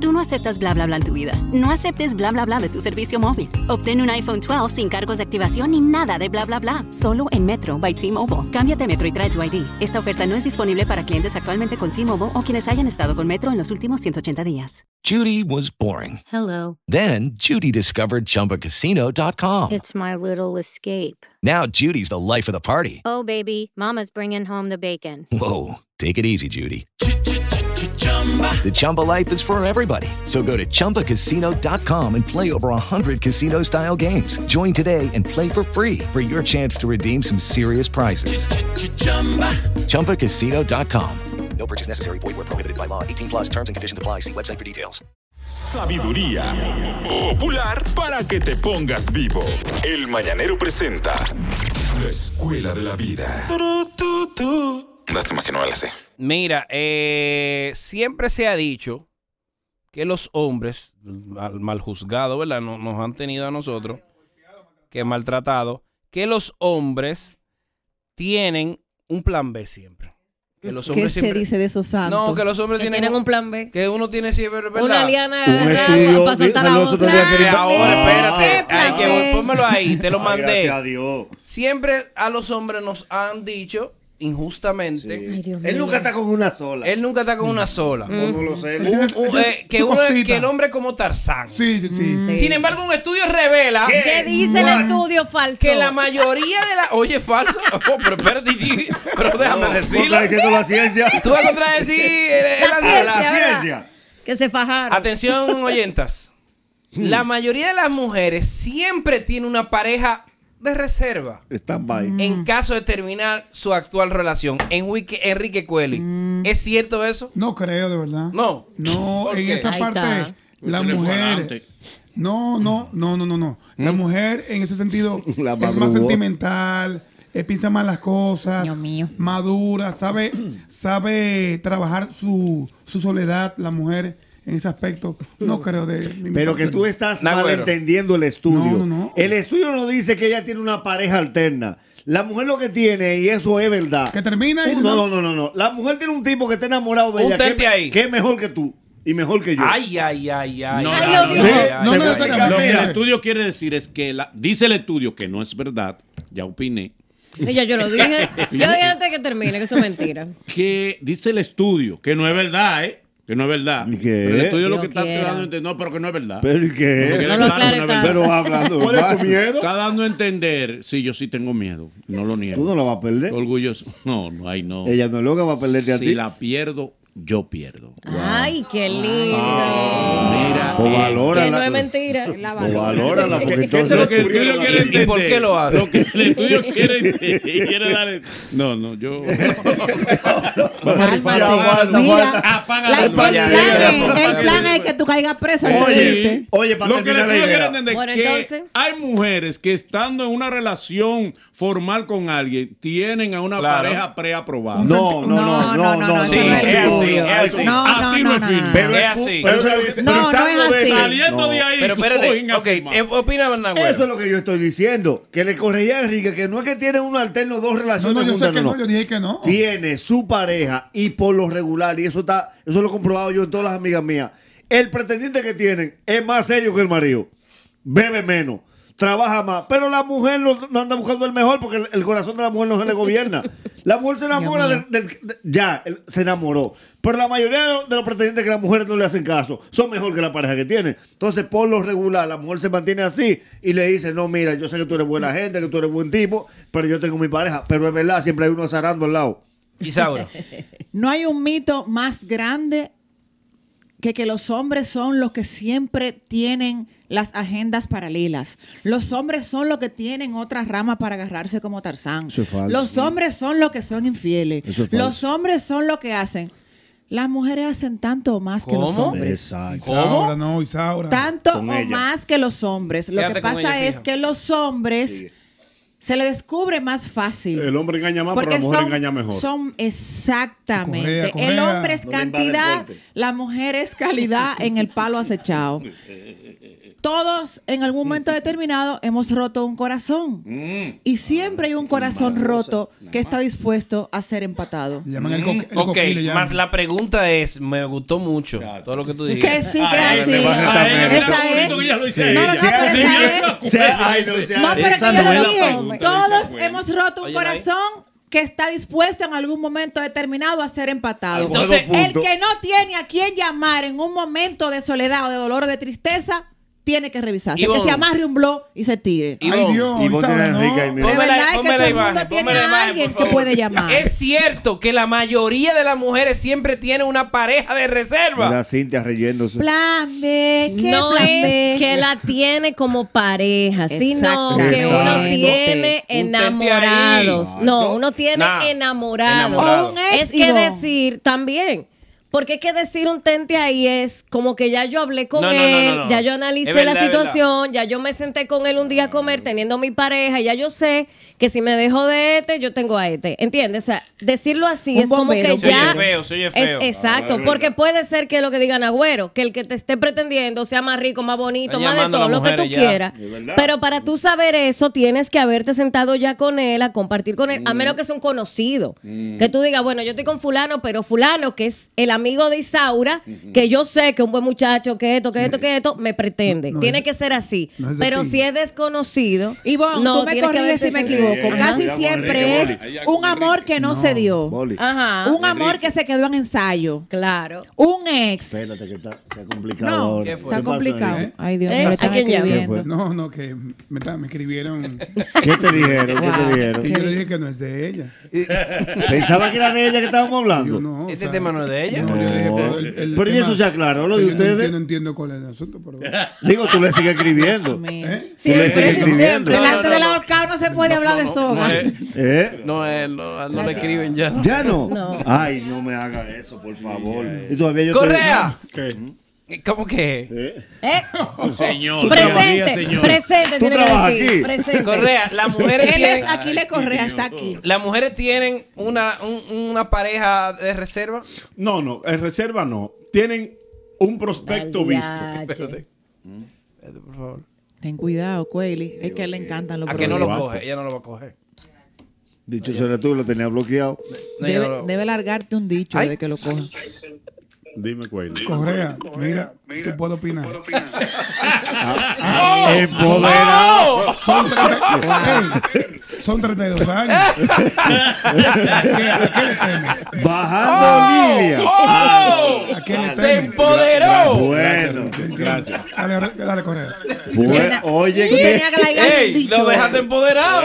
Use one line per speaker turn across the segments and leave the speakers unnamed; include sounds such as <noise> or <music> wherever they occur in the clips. Tú no aceptas bla bla bla en tu vida. No aceptes bla bla bla de tu servicio móvil. Obtén un iPhone 12 sin cargos de activación ni nada de bla bla bla. Solo en Metro by T-Mobile. Cámbiate a Metro y trae tu ID. Esta oferta no es disponible para clientes actualmente con T-Mobile o quienes hayan estado con Metro en los últimos 180 días.
Judy was boring.
Hello.
Then Judy discovered ChumbaCasino.com.
It's my little escape.
Now Judy's the life of the party.
Oh, baby, Mama's bringing home the bacon.
Whoa, take it easy, Judy. The Chumba life is for everybody. So go to ChumbaCasino.com and play over 100 casino style games. Join today and play for free for your chance to redeem some serious prizes. ChumbaCasino.com. No purchase necessary. Void where prohibited by law. 18 plus terms and conditions apply. See website for details.
Sabiduría popular para que te pongas vivo. El Mañanero presenta La Escuela de la Vida. Lástima que no me la sé.
Mira, eh, siempre se ha dicho que los hombres, mal, mal juzgados, ¿verdad? No- Nos, han tenido a nosotros, que maltratado, que los hombres tienen un plan B siempre. Que los
¿Qué
hombres
se
siempre-
dice de esos santos?
No, que los hombres
Que
tienen,
tienen un plan B.
Que uno tiene siempre, ¿verdad?
Una liana
Un estudio.
para
di-
soltar la
Saludos otro
otra.
día, "Oh,
Que
querido.
ahora,
plan B,
espérate.
plan
Ay, que voy-
B.
pónmelo ahí, te lo
Ay,
mandé.
Gracias a Dios.
Siempre a los hombres nos han dicho, injustamente,
Ay, Dios mío. Mm.
Él nunca está con una sola. Mm.
él nunca está con una sola.
No, no lo sé.
Un- un- eh, que,
su
uno-
cosita.
que el hombre es como Tarzán.
Sí, sí, sí.
Sí.
Sin embargo, un estudio revela
Mm. ¿Qué?
¿Qué dice el
What?
estudio falso?
que la mayoría de las. Oye, falso. Oh, pero espérate, y- pero déjame
¿Cómo
decirlo.
está diciendo la ciencia?
Tú vas a
<laughs>
contradecir. eh,
La
la-
A
ciencia,
la
¿verdad?
ciencia.
<laughs> Que se fajaron.
Atención,
<laughs>
oyentas.
Hmm.
La mayoría de las mujeres siempre tiene una pareja de reserva
Están by.
Mm.
en caso de terminar su actual relación. Enrique, Enrique Cueli.
Mm.
¿Es cierto eso?
No creo, de verdad.
No.
No,
¿Por
en
qué?
esa
Ahí
parte,
está.
la mujer. No, no, no, no, no, no. La mujer en ese sentido
Mm. <laughs> La
es
madrugó.
más sentimental, eh, piensa más las cosas,
Dios mío.
madura,
<clears throat>
sabe, sabe trabajar su, su soledad, la mujer en ese aspecto. No creo de de mi
Mm. Pero
parte,
que tú
no.
estás
Nagüero.
malentendiendo el estudio.
No, no, no.
El estudio no dice que ella tiene una pareja alterna. La mujer lo que tiene, y eso es verdad.
Que termina y-
Un- no, no, no, no, no. La mujer tiene un tipo que está enamorado de
Un
ella.
tente
que,
ahí.
que es mejor que tú y mejor que yo.
Ay, ay, ay, ay.
No,
ay,
no,
ay,
no,
ay,
no,
ay,
no,
ay,
no
ay.
necesariamente.
Lo que el
Mira.
estudio quiere decir es que la- dice el estudio que no es verdad, ya opiné,
Y Ya yo
<laughs>
lo
<laughs>
dije. Yo dije antes que termine, que eso es mentira.
que dice el estudio que no es verdad, ¿eh? Que no es verdad.
¿Y qué?
Pero el estudio lo
Yo
que está
quiera.
dando a entender, no, pero que no es verdad.
¿Eh? Pero ¿y
Porque
qué?
era
No lo
claro que
aclare
no es
tanto.
verdad. <laughs>
Pero hablando. ¿Cuál es tu miedo?
Está dando a entender, sí, yo sí tengo miedo, no lo niego.
Tú no la vas a perder.
Orgulloso. No, no, ay, no.
Ella no es loca para perderte a
si
ti.
la pierdo, yo pierdo.
Ay, qué lindo.
Ah,
Mira,
O
esto.
valora
Que no es
la.
mentira.
O este. Pues
<laughs>
valórala, porque
Eso es
entonces.
lo que el estudio quiere entender.
¿Y por qué lo hace?
Lo que el estudio
<laughs>
quiere entender. Quiere dar. No, no, yo.
Mira, aguanta, aguanta.
Mira,
Apaga
la-
la
el
luz.
plan,
Ya, ya, ya, ya,
es, el
ya,
plan
ya.
es que tú caigas preso.
Oye,
Oye.
oye, para
Lo que el
terminar la
estudio quiere
idea.
entender
Bueno,
que
entonces.
hay mujeres que estando en una relación formal con alguien tienen a una
Claro.
pareja preaprobada.
No, no, no, no, no.
Sí,
no,
es
no,
así,
no,
es así.
No,
A
no,
ti
no,
me
no,
firme.
no.
Pero es así.
Pero eso
Pero-
es-
No, no
pensando
es
de-
así.
Saliendo
No.
de ahí.
Pero
cogen
espérate.
a
Ok,
firmar.
eh, opina, Hernán Güero.
Eso es lo que yo estoy diciendo. Que le corregía a Enrique que no es que tiene un alterno, dos
No,
relaciones
no, yo sé
juntas,
que
no,
no,
no.
yo dije que no.
Tiene su pareja y por lo regular, y eso está, eso lo he comprobado yo en todas las amigas mías. El pretendiente que tienen es más serio que el marido. Bebe menos, trabaja más. Pero la mujer no, no anda buscando el mejor porque el, el corazón de la mujer no se le gobierna. La mujer se enamora del. del- de- ya, él se enamoró. Pero la mayoría de los, de los pretendientes que las mujeres no le hacen caso son mejor que la pareja que tienen. Entonces, por lo regular, la mujer se mantiene así y le dice: No, mira, yo sé que tú eres
Mm.
buena gente, que tú eres buen tipo, pero yo tengo mi pareja. Pero es verdad, siempre hay uno azarando al lado.
Isauro.
No hay un mito más grande que que los hombres son los que siempre tienen las agendas paralelas. Los hombres son los que tienen otra rama para agarrarse como Tarzán.
<laughs> Eso es falso.
Los hombres son los que son infieles.
Eso es falso.
los hombres son los que hacen. Las mujeres hacen tanto o más que los
¿Cómo?
hombres.
Exacto.
Isaura, no, Isaura.
Tanto
Con
o
ella.
más que los hombres. Lo
Quédate
que
con
pasa
ella,
es
fija.
que los hombres se le descubre más fácil.
El hombre engaña más, pero la mujer engaña mejor.
Son exactamente.
Correa, correa.
El hombre es
No le invade el
cantidad,
corte.
la mujer
<laughs>
es calidad en el palo acechado.
Eh,
Todos en algún momento determinado hemos roto un corazón.
Mm.
Y siempre hay un corazón roto que está dispuesto a ser empatado.
Mm.
ok, más la pregunta es, me gustó mucho todo lo que tú dijiste.
Que sí, que es así. Esa es. No, no, no, pero esa es. No, pero que yo lo dije. Todos hemos roto un
Oye,
corazón que está dispuesto en algún momento determinado a ser empatado.
Algunos Entonces-
el
puntos.
que no tiene a quien llamar en un momento de soledad o de dolor o de tristeza, tiene que revisarse.
Ivonne.
que se amarre un blog y se tire.
Ivonne.
Y vos
tiene Enrique ahí, mira.
De
Pónmela-
verdad es que
pónmela
todo el
imagen,
mundo tiene
pónmela
a
imagen,
alguien
por
que
favor.
puede llamar.
Es cierto que la mayoría de las mujeres siempre tiene una pareja de reserva.
La Cintia riéndose.
Plan B,
¿qué
no
plan
es
B?
que la tiene como pareja, sino
Exacto.
que uno
Exacto.
tiene
Un tete ahí.
enamorados. No, uno tiene
Nah,
enamorados.
enamorado. O un ex,
Es que
Ivonne.
decir también. Porque es que decir un tente ahí es como que ya yo hablé con
No, no, no, no,
él,
no.
ya yo
Es
analicé
verdad,
la
es
situación, ya yo me senté con él un día a comer teniendo mi pareja, ya yo sé que si me dejo de este, yo tengo a este. ¿Entiendes? O sea, decirlo así
Un
es como
bombero.
que
Se oye
ya.
feo, se oye
es-
feo. Ah,
exacto,
es
porque puede ser que lo que digan agüero, que el que te esté pretendiendo sea más rico, más bonito,
Están
más de
llamando
todo,
a las
lo que tú
mujeres ya.
quieras.
Es verdad.
Pero para tú saber eso, tienes que haberte sentado ya con él, a compartir con él, a
Mm.
menos que sea un conocido.
Mm.
Que tú digas, bueno, yo estoy con fulano, pero fulano, que es el amigo de Isaura, que yo sé que es un buen muchacho, que esto, que esto, que esto, me pretende.
no
Tiene que ser así.
no es de
pero
ti.
si es desconocido,
Ivonne,
no,
tú me
tienes que
corriges
haberte
si me
sentado.
equivoco. Casi
Ajá.
siempre es un amor que no, se dio.
Ajá.
Un amor que se quedó en ensayo.
Claro.
Un ex.
Espérate, que está, está
No,
complicado. ahora.
¿qué fue? ¿Eh?
¿Qué
está
pasó,
complicado.
Enrique?
Ay, Dios mío, le están escribiendo.
No, no, que me, ta- me escribieron.
<laughs> ¿Qué te dijeron? ¿Qué te dijeron?
Y yo le dije que no es de ella.
Pensaba que era de ella que estábamos hablando.
¿Este tema no es de ella?
No, yo le dije, pero el- el
Pero y
tema-
eso se aclaró, lo de
Yo no
ustedes.
entiendo- No entiendo cuál es el asunto, pero.
Digo, tú le sigues escribiendo. Tú le sigues escribiendo.
Siempre, delante del ahorcado no se puede hablar de soga.
¿Eh?
No, eh, no, no le escriben ya.
¿Ya no?
No.
Ay, no me haga eso, por favor. Y todavía yo
eh. Correa.
estoy-
¿Cómo que?
¿Eh?
Señor,
presente, presente, tiene que decir. Presente.
Correa, las mujeres
Él
tienen,
es Aquiles Correa, está aquí.
las mujeres tienen una, un- una pareja de reserva.
No, no, en reserva no. Tienen un prospecto
Mariachi.
visto. Mm.
Por favor.
Ah, Ten cuidado, Cueli. Es que a él le encantan los
A que no lo
problemas.
coge, ella no lo va a coger.
Dicho será tú, lo tenía bloqueado.
Debe, debe largarte un dicho de que lo coja.
Dime, Cuello.
Correa, mira, tú puedes opinar.
<laughs>
Ah,
eh,
Ah,
empoderado.
son- Son, 30 Ey, son 32 años. ¿A qué, a qué le temes?
Bajando línea.
¿A qué le
Oh, ¡Se
temes?
empoderó!
Bueno,
gracias.
Dale, dale, Correa.
Bueno, oye,
Tú
¿qué?
tenías que largarle un Ey, dicho. lo dejaste empoderado.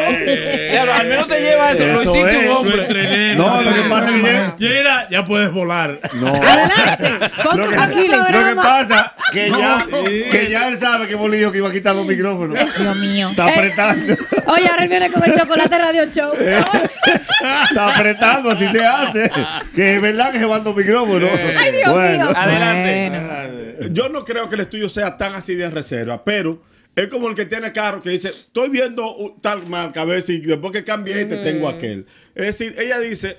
Claro, al menos te lleva eso, lo hiciste un
es,
hombre.
Lo entrené.
Eh. No, lo que pasa es que
ya, Pues Mira, ya puedes volar. <laughs>
No. Lo que,
Aquiles.
lo que pasa que
No.
ya, que ya él sabe que Bolillo que iba a quitar los micrófonos.
Dios mío.
Está apretando.
Oye, ahora él viene con el chocolate
<laughs>
radio show.
<laughs> Está apretando, así se hace. Que es verdad que se van los micrófonos.
Ay, Dios
Bueno.
mío.
Adelante.
Eh, Yo no creo que el estudio sea tan así de reserva, pero es como el que tiene carro que dice, estoy viendo un tal marca, a ver si después que cambie este
Mm.
tengo aquel. Es decir, ella dice,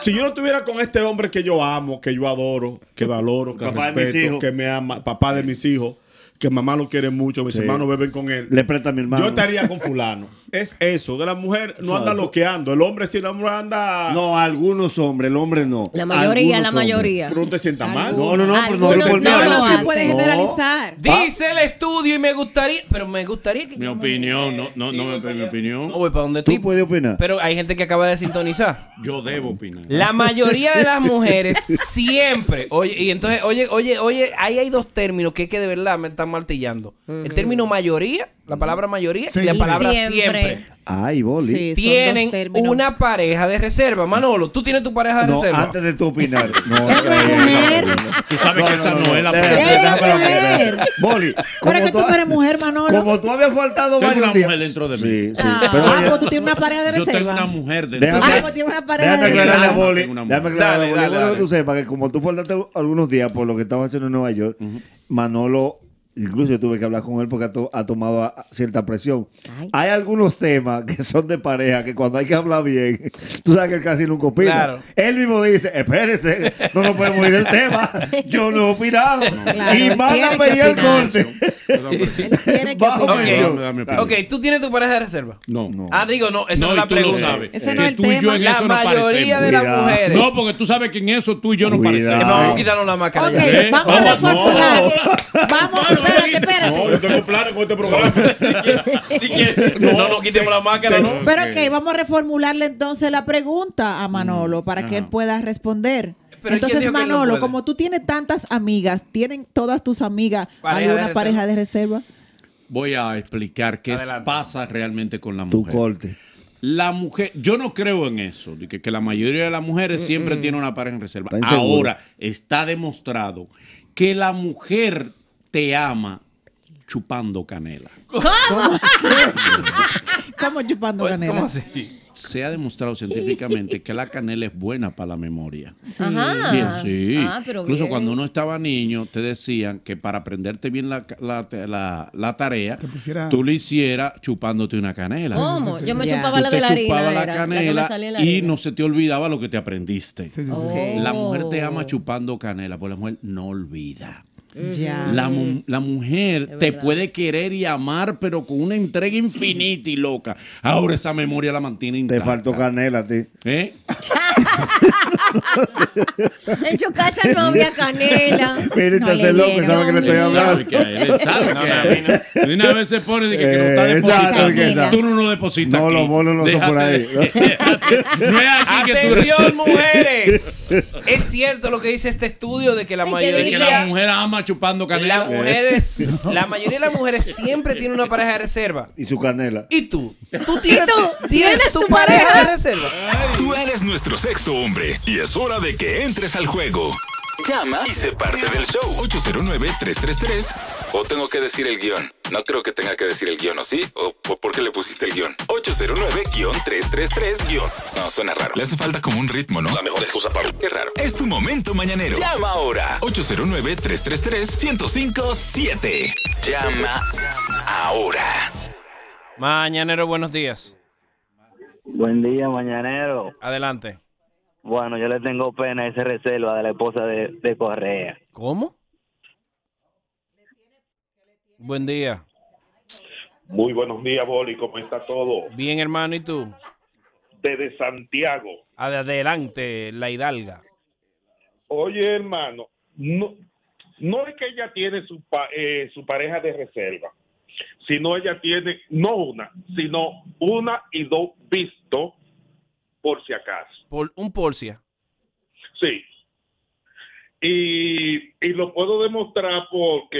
si yo no estuviera con este hombre que yo amo, que yo adoro, que valoro, que
Papá de mis
respeto,
hijos.
que me ama, papá de mis hijos, que mamá lo quiere mucho, mis
Sí.
hermanos beben con él.
Le presta a mi hermano.
Yo estaría con fulano. Es eso, que la mujer no anda
Exacto.
loqueando. El hombre sí, la mujer anda...
No, algunos hombres, el hombre no.
La mayoría,
Algunos
la mayoría.
Pero no te sientas mal.
No, no, no, pero no
Algunos
lo
no lo
volvemos.
hacen. Puede generalizar.
Dice el estudio y me gustaría, pero me gustaría que...
Mi opinión, no, no, no me mi opinión.
No voy para donde
Tú puedes opinar.
Pero hay gente que acaba de sintonizar.
Yo debo opinar.
La mayoría de las
<laughs>
mujeres siempre. Oye, y entonces, oye, oye, oye, ahí hay dos términos que es que de verdad me están martillando. El término mayoría, la palabra mayoría y la
Sí.
palabra
Y
siempre.
siempre. Ay, Boli.
tienen una pareja de reserva. Manolo, tú tienes tu pareja de
No,
reserva.
antes de tu opinar. No,
Tú sabes que esa no es la
Déjame,
pregunta.
déjame
Es
lo que era. Ah, Boli,
Pero es
como
que tú
tú-
no eres mujer, Manolo.
como tú habías faltado
Tengo
varios
una
días.
mujer dentro de mí.
Sí, sí.
Ah,
Pero oye,
pues tú tienes una pareja de
Yo tengo
reserva.
una mujer dentro de
Déjame,
Ah, pues tiene una pareja
déjame
de
aclararle a
reserva.
Boli.
Tengo una
Déjame
mujer.
aclararle a
Dale,
Boli.
dale,
Bueno, que
dale.
tú sepas que como tú faltaste algunos días por lo que estabas haciendo en Nueva York, Manolo Incluso yo tuve que hablar con él porque ha, to- ha tomado a- a cierta presión. Hay algunos temas que son de pareja que cuando hay que hablar bien, tú sabes que él casi nunca opina.
Claro.
Él mismo dice, espérese, no nos podemos ir del tema. Yo no he opinado.
Claro,
y
él
manda
tiene
a
que
pedir el
opinar
corte. Bajo presión.
Ok, ok, tú tienes tu pareja de reserva.
No. no.
Ah, digo, no, esa no
No,
es la
y tú lo
pregunta.
sabes.
Ese
que
no es el
tú y yo
tema.
en
La
eso no
mayoría
parecemos.
de las Cuidado. mujeres.
No, porque tú sabes que en eso tú y yo no
Cuidado.
parecemos.
Vamos a quitarnos la mascarilla. Ok,
¿Eh?
vamos a reformular.
No, yo tengo planes con este
<laughs>
programa.
No, no, quitemos la máscara, ¿no?
Pero ok, vamos a reformularle entonces la pregunta a Manolo para que él pueda responder.
¿quién
entonces,
dijo que él no
Manolo,
puede?
como tú tienes tantas amigas, ¿tienen todas tus amigas
Pareja de
alguna
reserva.
pareja de reserva? <laughs>
Voy a explicar qué es-
Adelante.
pasa realmente con la
Tu
mujer.
corte.
La mujer, yo no creo en eso, de que, que la mayoría de las mujeres siempre tiene una pareja en reserva.
Está inseguro.
Ahora está demostrado que la mujer te ama chupando canela.
¿Cómo? ¿Cómo chupando canela?
Se ha demostrado científicamente que la canela es buena para la memoria.
Sí.
Ajá.
Bien, sí.
Ah, pero
Incluso
bien.
cuando uno estaba niño, te decían que para aprenderte bien la, la- la- la tarea,
pusiera-
tú lo hicieras chupándote una canela.
¿Cómo? Yo me
Tú
chupaba la
te
de la harina,
chupabas
era,
la
la que me
canela
salía en la
y
harina.
no se te olvidaba lo que te aprendiste.
sí.
La mujer te
Oh.
ama chupando canela, porque la mujer no olvida.
Ya.
La, mu- la mujer te puede querer y amar, pero con una entrega infinita y loca. Ahora esa memoria la mantiene
Te
intacta.
faltó canela a ti.
¿Eh?
En su casa no había canela.
Mire, se hace loco, sabe que le estoy
Él
hablando.
sabe que hay, él sabe que hay. De una vez se pone de que, que no está
Eh, exacto,
depositado.
que exacto.
Tú no lo depositas.
No,
aquí.
los bolos no son
<laughs>
por ahí.
Déjate- No es aquí que tú- <laughs>
Atención, mujeres. Es cierto lo que dice este estudio de que la
De que la
mayoría.
mujer ama chupando canela.
las mujeres- la mayoría de las mujeres siempre tienen una pareja de reserva.
Y su canela.
¿Y tú? ¿Tú tienes, ¿tienes tu, pareja, de reserva?
Tú eres nuestro sexto hombre y es hora de que entres al juego. Llama y sé parte del show. 809-333. O tengo que decir el guión. No creo que tenga que decir el guión, ¿o sí? ¿O, o por qué le pusiste el guión? 809-333 guión. No, suena raro. Le hace falta como un ritmo, ¿no? La mejor excusa para... Qué raro. Es tu momento mañanero. Llama ahora. 809-333-1057. Llama ahora.
Mañanero, buenos días.
Buen día, mañanero.
Adelante.
Bueno, yo le tengo pena a ese reserva de la esposa de, de Correa.
¿Cómo? Buen día.
Muy buenos días, Boli. ¿Cómo está todo?
Bien, hermano, ¿y tú?
Desde Santiago.
Adelante, la hidalga.
Oye, hermano, no, no es que ella tiene su, pa- eh, su pareja de reserva, sino ella tiene, no una, sino una y dos visto por si acaso.
Por, un Porcia.
Sí. Y, y lo puedo demostrar porque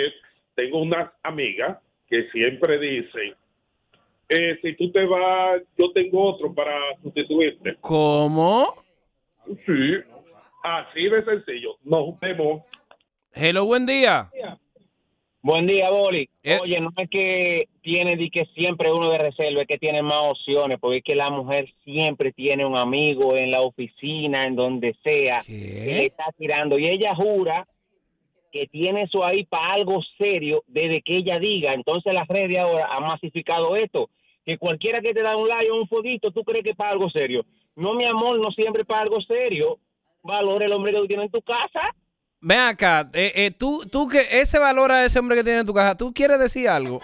tengo unas amigas que siempre dicen, eh, si tú te vas, yo tengo otro para sustituirte.
¿Cómo?
Sí, así de sencillo. Nos vemos.
Hello, buen día.
Buen día, Boli. Oye, no es que tiene di que siempre uno de reserva, es que tiene más opciones, porque es que la mujer siempre tiene un amigo en la oficina, en donde sea, que le está tirando. Y ella jura que tiene eso ahí para algo serio desde que ella diga. Entonces las redes ahora han masificado esto, que cualquiera que te da un like o un fodito, tú crees que es para algo serio. No, mi amor, no siempre es para algo serio. Valora el hombre que tú tienes en tu casa.
Ven acá, eh, eh, tú, tú que ese valor a ese hombre que tiene en tu casa, ¿tú quieres decir algo?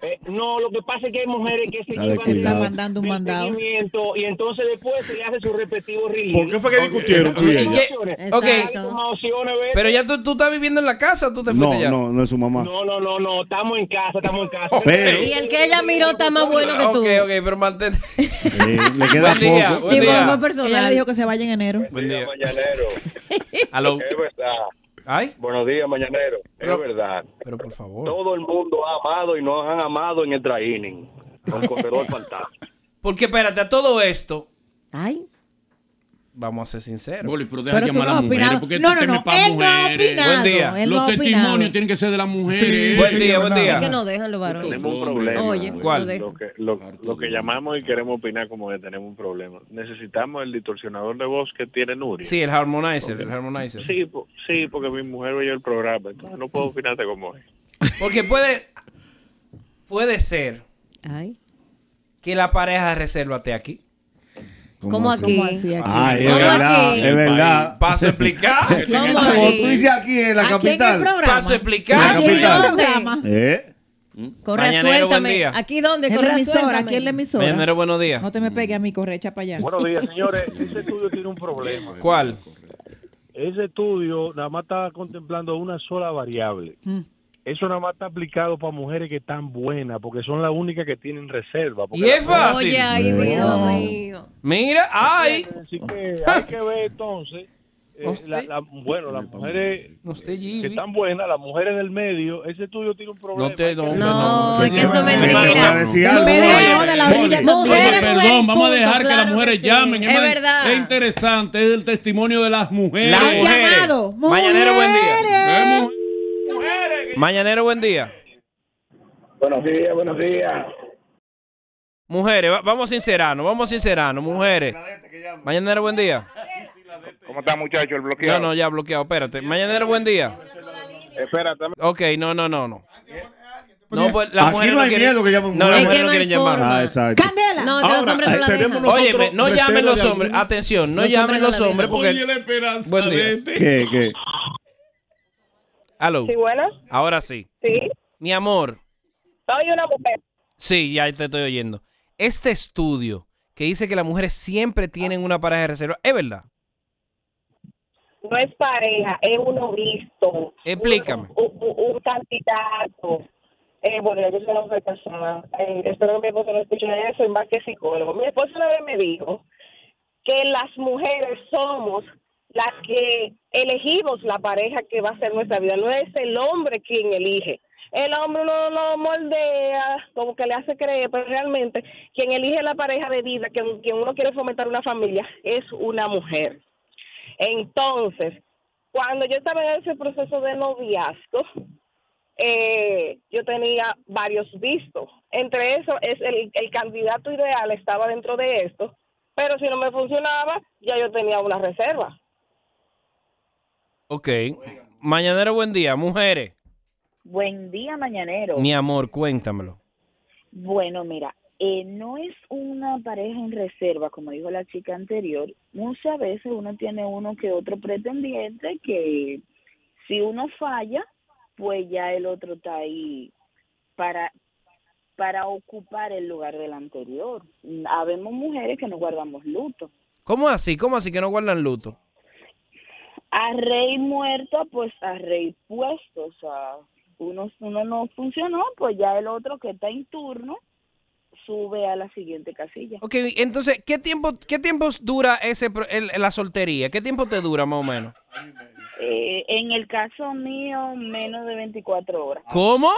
Eh, no, lo que pasa es que hay mujeres que se
Dale,
llevan el-
cuidado. Está
mandando un
el
mandado.
seguimiento y entonces después se le hace su respectivo release.
¿Por qué fue que
Ok.
discutieron pues? tú y
Hay
ella?
más opciones.
Ok.
Hay más opciones, ¿ves?
Pero ya tú, tú estás viviendo en la casa o tú te fuiste
No,
ya.
no, no es su mamá.
No, no, no, no, estamos en casa, estamos en casa.
Pero-
Y el que ella miró está más bueno que tú.
Ok, ok, pero mantente.
Eh, le queda
<laughs> Buen día,
poco.
buen Sí, día. vamos,
Ella le dijo que se vaya en enero.
Buen día.
Mañanero. Es verdad. Buenos días, mañanero. es verdad.
Pero por favor.
Todo el mundo ha amado y nos han amado en el training. Con
<laughs>
corredor fantástico.
Porque espérate, a todo esto. Ay. Vamos a ser sinceros.
pero
deja
llamar a las mujeres, porque este tema es para mujeres.
Buen día.
Los testimonios tienen que ser de las mujeres.
Sí, Buen sí, día, buen
Es que no dejan los varones.
Tenemos un problema.
Oye, no dejan.
Lo que, lo, lo que llamamos y queremos opinar como que tenemos un problema. Necesitamos el distorsionador de voz que tiene Nuria.
Sí, el harmonizer, el harmonizer.
Sí, po- sí, porque mi mujer veía el programa, entonces no puedo opinarte como es.
Porque puede, puede ser que la pareja de reserva esté aquí.
¿Cómo ¿Cómo así? aquí? ¿Cómo así aquí?
Ah, es verdad, es verdad.
Paso a explicar.
<laughs>
Como tú dices aquí en la
Aquí en el
capital.
programa.
Paso a explicar.
En la
Aquí en el
capital. ¿Eh?
Corre,
Mañanero, buen
suéltame.
día.
¿Aquí dónde?
En
Corre,
la emisora,
suéltame.
aquí en la emisora.
Mañanero, buenos días.
No te me pegues a mi correcha para allá.
Buenos días, señores.
<laughs>
Ese estudio tiene un problema.
¿Cuál?
Ese estudio nada más está contemplando una sola variable. Eso nada más está aplicado para mujeres que están buenas, porque son las únicas que tienen reserva. porque
Y es
las-
fácil. Oye, ay, Dios mío. Mira, ay.
Así que hay que ver entonces. eh, la- la- bueno, las mujeres que están buenas, las mujeres del medio, ese estudio tiene un problema.
No te, no, hombre,
No,
no.
es que eso es
mentira. Oye, perdón, vamos a dejar que las mujeres llamen.
Es
más-
verdad.
es interesante, es el testimonio de las mujeres.
Las Han mujeres. llamado, Mañanero, buen día.
Vemos.
Mañanero, buen día.
Buenos días, buenos días.
Mujeres, va- vamos sincerano, vamos sincerano, mujeres. Mañanero, buen día.
¿Cómo está, muchacho? El
No,
bloqueado.
no, ya bloqueado, espérate. Mañanero, buen día.
Espérate.
Ok, no, no, no, no. No, pues las
Aquí
mujeres
no hay
quieren-
miedo que llamen
No, las
mujeres.
mujeres
Es que
no
no hay
quieren llamar.
forma. Ah, exacto.
Candela. No, que los hombres no la dejan.
Óyeme, no llamen los hombres. Atención, no
Los
llamen
hombres no
los
la
hombres
dejan.
porque.
Oye, la esperanza
Buen día.
de este.
¿Qué, qué?
Aló.
Sí, bueno,
Ahora sí.
sí.
Mi amor.
Soy una mujer.
Sí, ya te estoy oyendo. Este estudio que dice que las mujeres siempre tienen una pareja de reserva, ¿es verdad?
No es pareja, es uno visto.
Explícame.
Un, un- un candidato. Eh, bueno, yo soy una mujer casada. Eh, espero que mi esposo no escuche eso, y más que psicólogo. Mi esposo una vez me dijo que las mujeres somos las que elegimos la pareja que va a ser nuestra vida. No es el hombre quien elige. El hombre lo, lo moldea, como que le hace creer, pero realmente quien elige la pareja de vida, quien, quien uno quiere fomentar una familia, es una mujer. Entonces, cuando yo estaba en ese proceso de noviazgo, eh, yo tenía varios vistos. Entre eso, es el, el candidato ideal estaba dentro de esto, pero si no me funcionaba, ya yo tenía una reserva.
Ok. Mañanero, buen día. Mujeres,
Buen día, mañanero.
mi amor, cuéntamelo.
Bueno, mira, eh, no es una pareja en reserva, como dijo la chica anterior. Muchas veces uno tiene uno que otro pretendiente que si uno falla, pues ya el otro está ahí para para ocupar el lugar del anterior. Habemos mujeres que no guardamos luto.
¿Cómo así? ¿Cómo así que no guardan luto?
a rey muerto, pues a rey puesto. O sea, uno, uno no funcionó, pues ya el otro que está en turno sube a la siguiente casilla.
Ok, entonces, ¿qué tiempo, qué tiempo dura ese, pro- el- la soltería? ¿Qué tiempo te dura más o menos?
Eh, en el caso mío, menos de 24 horas.
¿Cómo?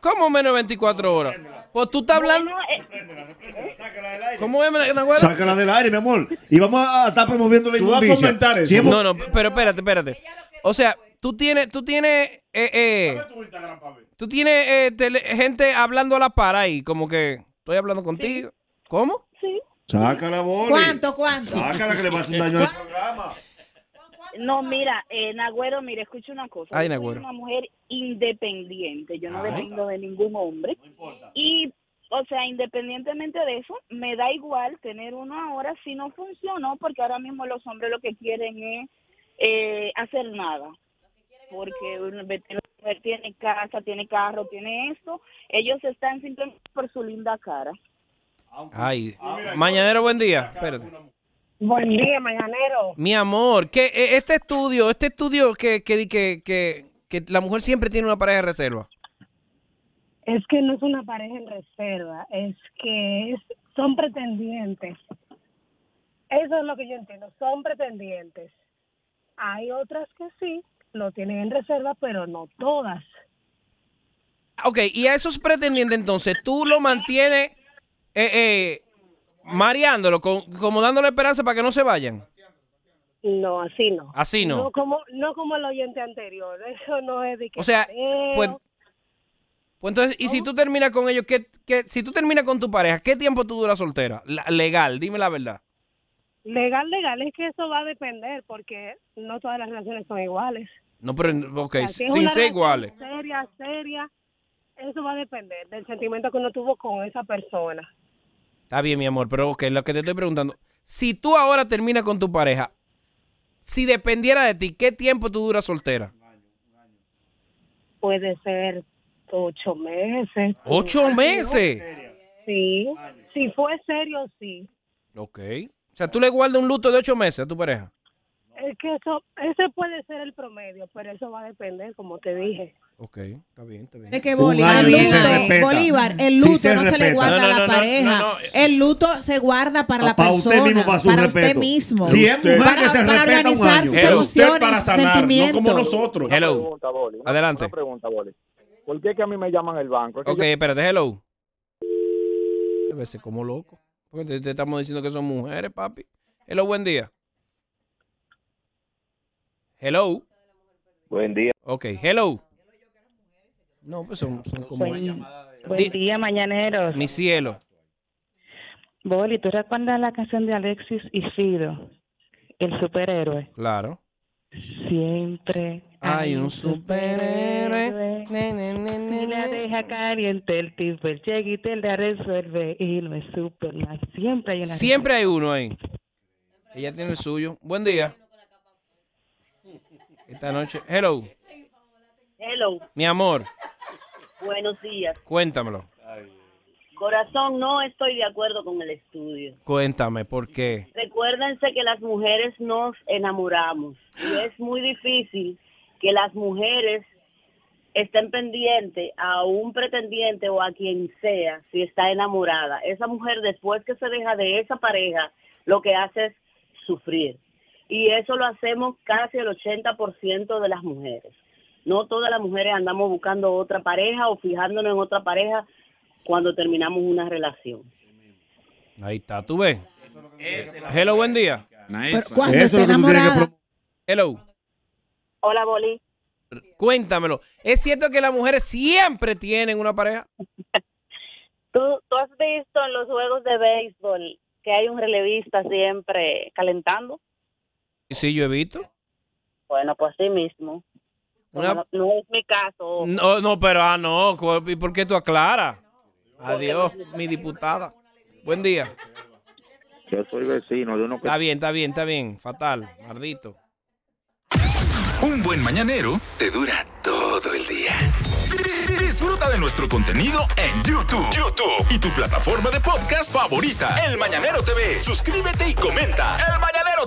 ¿Cómo menos 24 horas? Pues tú estás hablando...
eh,
¿Cómo es, Nahuel?
Sácala del aire, mi amor. Y vamos a a estar promoviendo la
Tú vas a
inmundicia.
fomentar
Si hemos-
No, no, pero espérate, espérate. O sea, tú tienes, tú tienes, eh, eh, tú tienes eh, tele- gente hablando a la par ahí, como que estoy hablando contigo. ¿Cómo?
Sí.
Sácala, boli.
¿Cuánto, cuánto?
Sácala, Ah, que le va a hacer daño al-
No, mira, eh, Nagüero, mira, escucha una cosa.
Ay,
yo soy
Nagüero.
una mujer independiente, yo no
Ay.
dependo de ningún hombre. Y, o sea, independientemente de eso, me da igual tener uno ahora si no funcionó, porque ahora mismo los hombres lo que quieren es eh, hacer nada. Porque una vez que la mujer tiene casa, tiene carro, tiene esto. Ellos están simplemente por su linda cara.
Ay,
Ah,
mañanero, buen día. Espérate.
Buen día, mañanero.
Mi amor, que eh, este estudio, este estudio que, que, di que, que, que la mujer siempre tiene una pareja de reserva.
Es que no es una pareja en reserva, es que es- son pretendientes. Eso es lo que yo entiendo, son pretendientes. Hay otras que sí, lo tienen en reserva, pero no todas.
Ok, y a esos pretendientes entonces tú lo mantienes eh, eh, mareándolo, con- como dándole esperanza para que no se vayan.
No, así no.
Así no.
No como, no como el oyente anterior, <laughs> eso no es de que...
O sea,
mareo.
pues, pues entonces, y
Oh.
si tú terminas con ellos, ¿qué, qué- si tú terminas con tu pareja, ¿qué tiempo tú duras soltera? La- legal, dime la verdad.
Legal, legal, es que eso va a depender porque no todas las relaciones son iguales.
No, pero, ok,
sea, si es
sin
una
ser
relación
iguales.
Seria, seria. Eso va a depender del sentimiento que uno tuvo con esa persona.
Está bien, mi amor, pero ok, lo que te estoy preguntando. Si tú ahora terminas con tu pareja, si dependiera de ti, ¿qué tiempo tú duras soltera?
Puede ser ocho meses.
¿Ocho
Sí.
meses?
Sí. Si fue serio, sí.
Ok. O sea, tú le guardas un luto de ocho meses a tu pareja.
Es que eso, ese puede ser el promedio, pero eso va a depender, como te dije.
Ok, está bien, está bien.
Es que Bolívar, Bolívar, el luto no se le guarda a la pareja. El luto se guarda para la
para
persona,
Ah, usted mismo, para su
para usted
respeto.
mismo.
Si es mujer
para,
que se
para
respeta un
organizar
año.
sus
Pero usted
emociones,
para
sus
sanar, no
sentimientos.
como nosotros.
Hello.
Una pregunta, Boli. Una-
Adelante.
Una pregunta, Boli. ¿Por qué que a mí me llaman el banco? Es que
Ok, espérate, hello. A veces como loco. Porque te, te estamos diciendo que son mujeres, papi. Hello, buen día. Hello.
Buen día.
Ok, hello. No, pues son, son como...
Buen,
Di-
buen día, mañaneros.
Mi cielo.
Boli, ¿tú recuerdas la canción de Alexis y Fido? El superhéroe.
Claro.
Siempre
Hay un superhéroe.
Y la deja caliente el tipo, él llega y te la resuelve. Y no es Superman. Siempre hay una.
Siempre hay uno ahí. Ella tiene el suyo. Buen día. Esta noche. Hello,
Hello,
mi amor.
buenos días.
Cuéntamelo.
Corazón, no estoy de acuerdo con el estudio.
Cuéntame, ¿por qué?
Recuérdense que las mujeres nos enamoramos y es muy difícil que las mujeres estén pendientes a un pretendiente o a quien sea si está enamorada. Esa mujer después que se deja de esa pareja, lo que hace es sufrir. Y eso lo hacemos casi el 80% de las mujeres. No todas las mujeres andamos buscando otra pareja o fijándonos en otra pareja cuando terminamos una relación.
Ahí está, tú ves. Hello, buen día.
cuando Eso esté es lo que tú tienes que enamorada-
Hello,
Hola, Boli.
cuéntamelo. ¿Es cierto que las mujeres siempre tienen una pareja?
¿Tú, tú has visto en los juegos de béisbol que hay un relevista siempre calentando.
Sí, yo he visto.
Bueno, pues sí mismo.
Una-
No, no es mi caso.
No, no, pero ah, no. co- ¿Y por qué tú aclaras? Adiós, mi diputada. Buen día.
Yo soy vecino de uno
Está bien, está bien, está bien. Fatal, maldito.
Un buen mañanero te dura todo el día. Disfruta de nuestro contenido en YouTube. YouTube y tu plataforma de podcast favorita. El Mañanero TV. Suscríbete y comenta. El Mañanero